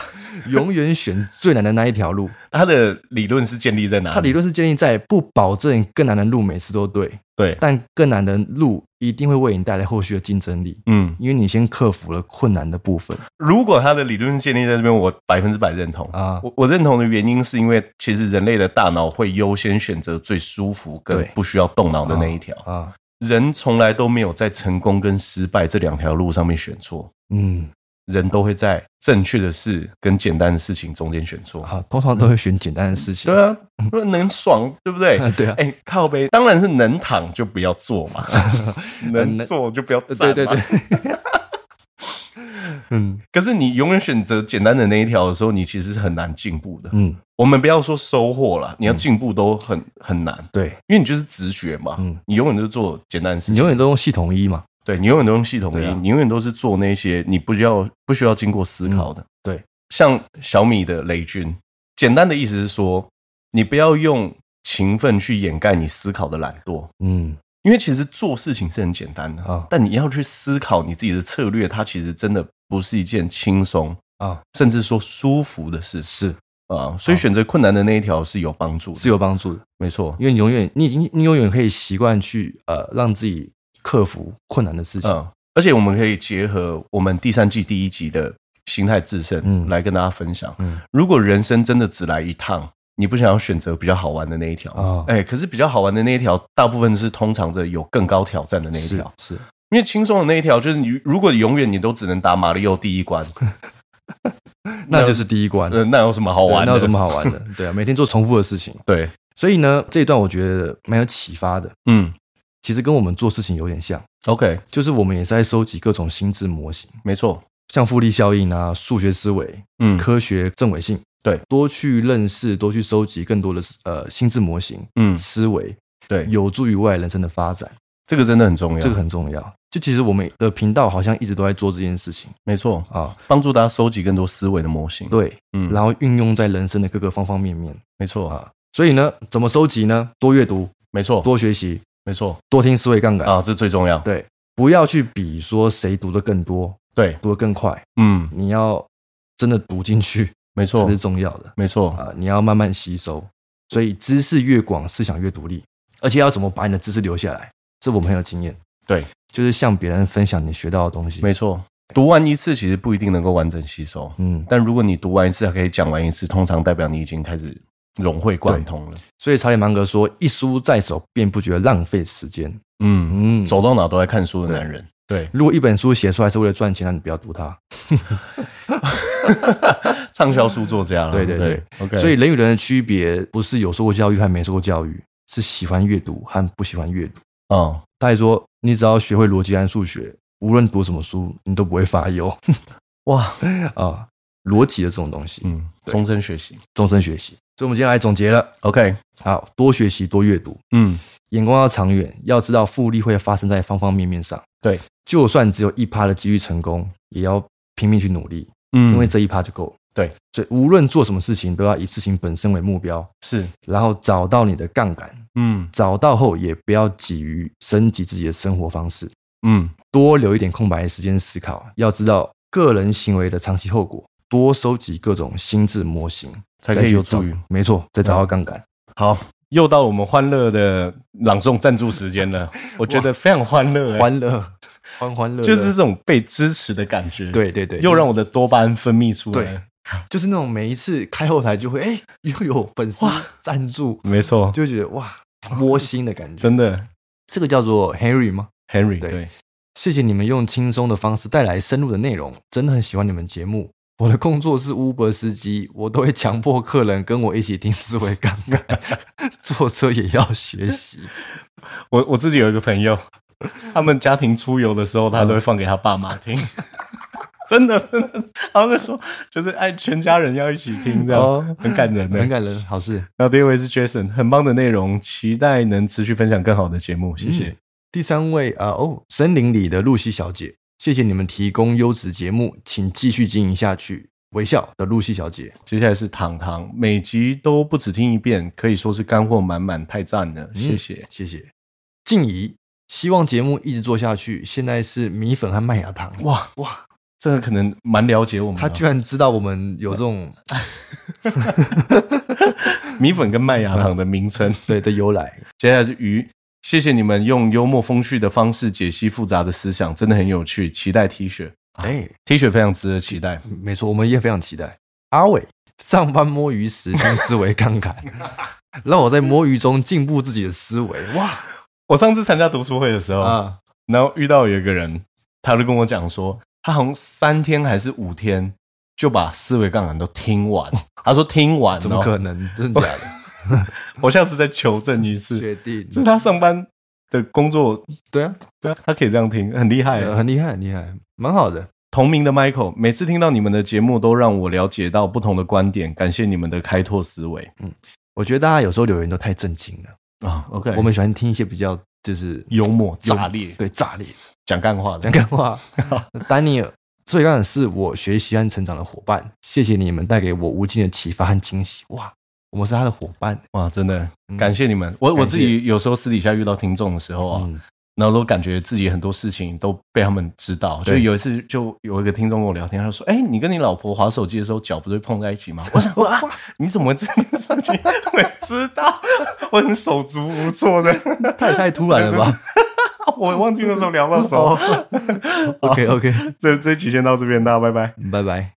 Speaker 2: 永远选最难的那一条路。
Speaker 1: 他的理论是建立在哪里？
Speaker 2: 它理论是建立在不保证更难的路每次都对，
Speaker 1: 对，
Speaker 2: 但更难的路一定会为你带来后续的竞争力，
Speaker 1: 嗯，
Speaker 2: 因为你先克服了困难的部分。
Speaker 1: 如果他的理论是建立在这边，我百分之百认同
Speaker 2: 啊
Speaker 1: 我我认同的原因是因为其实人类的大脑会优先选择最舒服跟
Speaker 2: 对
Speaker 1: 不需要动脑的那一条。
Speaker 2: 啊，
Speaker 1: 人从来都没有在成功跟失败这两条路上面选错，
Speaker 2: 嗯，
Speaker 1: 人都会在正确的事跟简单的事情中间选错。
Speaker 2: 啊，通常都会选简单的事情。
Speaker 1: 对啊，说能爽对不 *laughs* 对？
Speaker 2: 啊， *laughs* 对啊，
Speaker 1: 哎、靠背当然是能躺就不要坐
Speaker 2: *laughs*
Speaker 1: 嘛，能
Speaker 2: 呃能
Speaker 1: 坐就不要站嘛。
Speaker 2: 对对对，嗯
Speaker 1: *laughs* 可是你永远选择简单的那一条的时候，你其实是很难进步的。
Speaker 2: 嗯，
Speaker 1: 我们不要说收获啦，你要进步都很、很难，
Speaker 2: 对，
Speaker 1: 因为你就是直觉嘛，
Speaker 2: 嗯
Speaker 1: 你永远都是做简单的事
Speaker 2: 你
Speaker 1: 情，
Speaker 2: 永远都用系统一嘛。
Speaker 1: 对你永远都用系统一，
Speaker 2: 对啊
Speaker 1: 你永远都是做那些你不需要不需要经过思考的。
Speaker 2: 嗯对，
Speaker 1: 像小米的雷军，简单的意思是说，你不要用勤奋去掩盖你思考的懒惰。
Speaker 2: 嗯，
Speaker 1: 因为其实做事情是很简单的，
Speaker 2: 啊
Speaker 1: 但你要去思考你自己的策略，它其实真的不是一件轻松
Speaker 2: 啊，
Speaker 1: 甚至说舒服的事
Speaker 2: 是
Speaker 1: 啊。所以选择困难的那一条是有帮助的，
Speaker 2: 是有帮助的，
Speaker 1: 没错。
Speaker 2: 因为你永远，你已经，你永远可以习惯去呃，让自己克服困难的事情。
Speaker 1: 嗯，而且我们可以结合我们第三季第一集的心态制胜、
Speaker 2: 嗯
Speaker 1: 来跟大家分享。
Speaker 2: 嗯
Speaker 1: 如果人生真的只来一趟，你不想要选择比较好玩的那一条，哎、
Speaker 2: 啊，
Speaker 1: 可是比较好玩的那一条，大部分是通常着有更高挑战的那一
Speaker 2: 是
Speaker 1: 条。
Speaker 2: 是，
Speaker 1: 因为轻松的那一条，就是你如果永远你都只能打马里奥第一
Speaker 2: *laughs*
Speaker 1: 关，
Speaker 2: 那就是第一关。
Speaker 1: 呃，那有什么好
Speaker 2: 对
Speaker 1: 玩的？
Speaker 2: 那有什么好玩的？对啊，每天做重复的事情。
Speaker 1: 对，
Speaker 2: 所以呢，这一段我觉得蛮有启发的。
Speaker 1: 嗯
Speaker 2: 其实跟我们做事情有点像，
Speaker 1: ，OK，
Speaker 2: 就是我们也是在收集各种心智模型，
Speaker 1: 没错，
Speaker 2: 像复利效应啊、数学思维、
Speaker 1: 嗯
Speaker 2: 科学正伪性，
Speaker 1: 对
Speaker 2: 多去认识，多去收集更多的呃心智模型、
Speaker 1: 嗯，
Speaker 2: 思维，
Speaker 1: 对，
Speaker 2: 有助于未来人生的发展，
Speaker 1: 这个真的很重要，
Speaker 2: 这个很重要。就其实我们的频道好像一直都在做这件事情
Speaker 1: 没错，
Speaker 2: 啊，
Speaker 1: 帮助大家收集更多思维的模型。，
Speaker 2: 对，
Speaker 1: 嗯，
Speaker 2: 然后运用在人生的各个方方面面。
Speaker 1: 没错，
Speaker 2: 所以呢，怎么收集呢？多阅读，
Speaker 1: 没错，
Speaker 2: 啊多学习，
Speaker 1: 没错
Speaker 2: 多听思维杠杆。
Speaker 1: 啊，这最重要。
Speaker 2: 对，不要去比说谁读的更多，
Speaker 1: 对，
Speaker 2: 读的更快，
Speaker 1: 嗯，
Speaker 2: 你要真的读进去
Speaker 1: 没
Speaker 2: 才
Speaker 1: *laughs* 错
Speaker 2: 是，重要的
Speaker 1: 没错，
Speaker 2: 啊、你要慢慢吸收，所以知识越广，思想越独立，而且要怎么把你的知识留下来，这我们很有经验。
Speaker 1: 对，
Speaker 2: 就是向别人分享你学到的东西。
Speaker 1: 没错。读完一次其实不一定能够完整吸收，
Speaker 2: 嗯，
Speaker 1: 但如果你读完一次还可以讲完一次，通常代表你已经开始融会贯通了。
Speaker 2: 所以查理芒格说：“一书在手，便不觉得浪费时间。”
Speaker 1: 嗯，
Speaker 2: 嗯，
Speaker 1: 走到哪都在看书的男人。对，
Speaker 2: 如果一本书写出来是为了赚钱，那你不要读它。
Speaker 1: *laughs* 畅销书作家了。
Speaker 2: 对对对
Speaker 1: 对，OK。
Speaker 2: 所以人与人的区别不是有受过教育和没受过教育，是喜欢阅读和不喜欢阅读。
Speaker 1: 嗯，
Speaker 2: 他还说，你只要学会逻辑和数学，无论读什么书，你都不会发忧
Speaker 1: 哇，
Speaker 2: *laughs* 啊。逻辑的这种东西，
Speaker 1: 嗯，终身学习。
Speaker 2: 终身学习。所以，我们今天来总结了，
Speaker 1: OK，
Speaker 2: 好多学习，多阅读，
Speaker 1: 嗯，
Speaker 2: 眼光要长远，要知道复利会发生在方方面面上。
Speaker 1: 对，
Speaker 2: 就算只有一趴的几率成功，也要拼命去努力，
Speaker 1: 嗯，
Speaker 2: 因为这一趴就够了。
Speaker 1: 对，
Speaker 2: 所以无论做什么事情，都要以事情本身为目标，
Speaker 1: 是，
Speaker 2: 然后找到你的杠杆，
Speaker 1: 嗯
Speaker 2: 找到后也不要急于升级自己的生活方式。
Speaker 1: 嗯，
Speaker 2: 多留一点空白的时间思考，要知道个人行为的长期后果，多收集各种心智模型，
Speaker 1: 才可以有
Speaker 2: 再
Speaker 1: 助
Speaker 2: 去
Speaker 1: 于
Speaker 2: 找。没错，再找到杠杆。
Speaker 1: 好，又到我们欢乐的朗诵赞助时间了，我觉得非常欢乐、欸，
Speaker 2: 欢乐，欢欢乐乐，
Speaker 1: 就是这种被支持的感觉，，
Speaker 2: 对对对，
Speaker 1: 又让
Speaker 2: 我
Speaker 1: 我的多巴胺分泌出
Speaker 2: 对
Speaker 1: 来，，
Speaker 2: 就是那种每一次开后台就会哎、又有粉丝赞助，
Speaker 1: 没错，
Speaker 2: 就会觉得哇窝心的感觉。
Speaker 1: 真的
Speaker 2: 这个叫做 Henry 吗？
Speaker 1: ，Henry，
Speaker 2: 对
Speaker 1: 对，
Speaker 2: 谢谢你们用轻松的方式带来深入的内容，真的很喜欢你们节目。我的工作是 Uber 司机，我都会强迫客人跟我一起听思维杠杆， *laughs* 坐车也要学习。
Speaker 1: 我我自己有一个朋友， *laughs* 他们家庭出游的时候，他都会放给他爸妈听。 *laughs* 真的，真的，他们说就是哎，全家人要一起听，这样、
Speaker 2: 哦
Speaker 1: 很感人的、欸
Speaker 2: 很感人，好事。
Speaker 1: 然后第二位是 Jason，很棒的内容，期待能持续分享更好的节
Speaker 2: 嗯
Speaker 1: 目，谢谢。
Speaker 2: 第三位啊、呃哦，森林里的露西小姐，谢谢你们提供优质节目，请继续经营下去。微笑的露西小姐，
Speaker 1: 接下来是糖糖，每集都
Speaker 2: 嗯
Speaker 1: 不只听一遍，可以说是干货满满，太赞了，谢谢。
Speaker 2: 谢谢。静怡，希望节目一直做下去。现在是米粉和麦芽糖，
Speaker 1: 哇哇，这个可能蛮了解我们的。
Speaker 2: 他居然知道我们有这
Speaker 1: *laughs*
Speaker 2: 种
Speaker 1: 米粉跟麦芽糖的名称。
Speaker 2: 对的由来。
Speaker 1: 接下来是鱼，谢谢你们用幽默风趣的方式解析复杂的思想，真的很有趣，期待 T 恤
Speaker 2: 哎，
Speaker 1: ，T 恤非常值得期待。
Speaker 2: 没错，我们也非常期待。阿伟上班摸鱼时将思维
Speaker 1: *laughs*
Speaker 2: 杠杆，让我在摸鱼中进步自己的思维。哇
Speaker 1: 我上次参加读书会的时候，
Speaker 2: 啊，
Speaker 1: 然后遇到有一个人，他就跟我讲说，他好像三天还是五天就把思维杠杆都听完。 *laughs* 他说听完、哦，
Speaker 2: 怎么可能？真的假的？
Speaker 1: 我下次再求证一
Speaker 2: *laughs*
Speaker 1: 次。
Speaker 2: 确定？
Speaker 1: *laughs* 这是他上班的工作，
Speaker 2: 对啊，
Speaker 1: 对啊，他可以这样听，很厉害啊、
Speaker 2: 呃很厉害，很厉害，蛮好的。
Speaker 1: 同名的 Michael，每次听到你们的节目，都让我了解到不同的观点，感谢你们的开拓思维
Speaker 2: 我觉得大家有时候留言都太震惊了，
Speaker 1: 啊。OK，
Speaker 2: 我们喜欢听一些比较就是
Speaker 1: 幽默炸裂，
Speaker 2: 对炸裂的
Speaker 1: 讲干话的
Speaker 2: 讲。干
Speaker 1: *laughs*
Speaker 2: 话。丹尼尔，最让是我学习和成长的伙伴，谢谢你们带给我无尽的启发和惊喜。哇，我们是他的伙伴， *laughs*
Speaker 1: 哇，真的
Speaker 2: 嗯
Speaker 1: 感谢你们！我我
Speaker 2: 感谢
Speaker 1: 自己有时候私底下遇到听众的时候啊，
Speaker 2: 嗯，
Speaker 1: 然后都感觉自己很多事情都被他们知道。就
Speaker 2: 对
Speaker 1: 有一次，就有一个听众跟我聊天，他就说：“哎、你跟你老婆划手机的时候，脚不是会碰在一起吗？” *laughs* 我想哇，你怎么会这件事情会知道？我很手足无措
Speaker 2: *laughs*
Speaker 1: 的。
Speaker 2: 他也太突然
Speaker 1: *laughs*
Speaker 2: 了吧
Speaker 1: 我忘记那时候聊到什么。
Speaker 2: ？OK OK，
Speaker 1: 这这期先到这边，大家拜拜。
Speaker 2: 拜拜。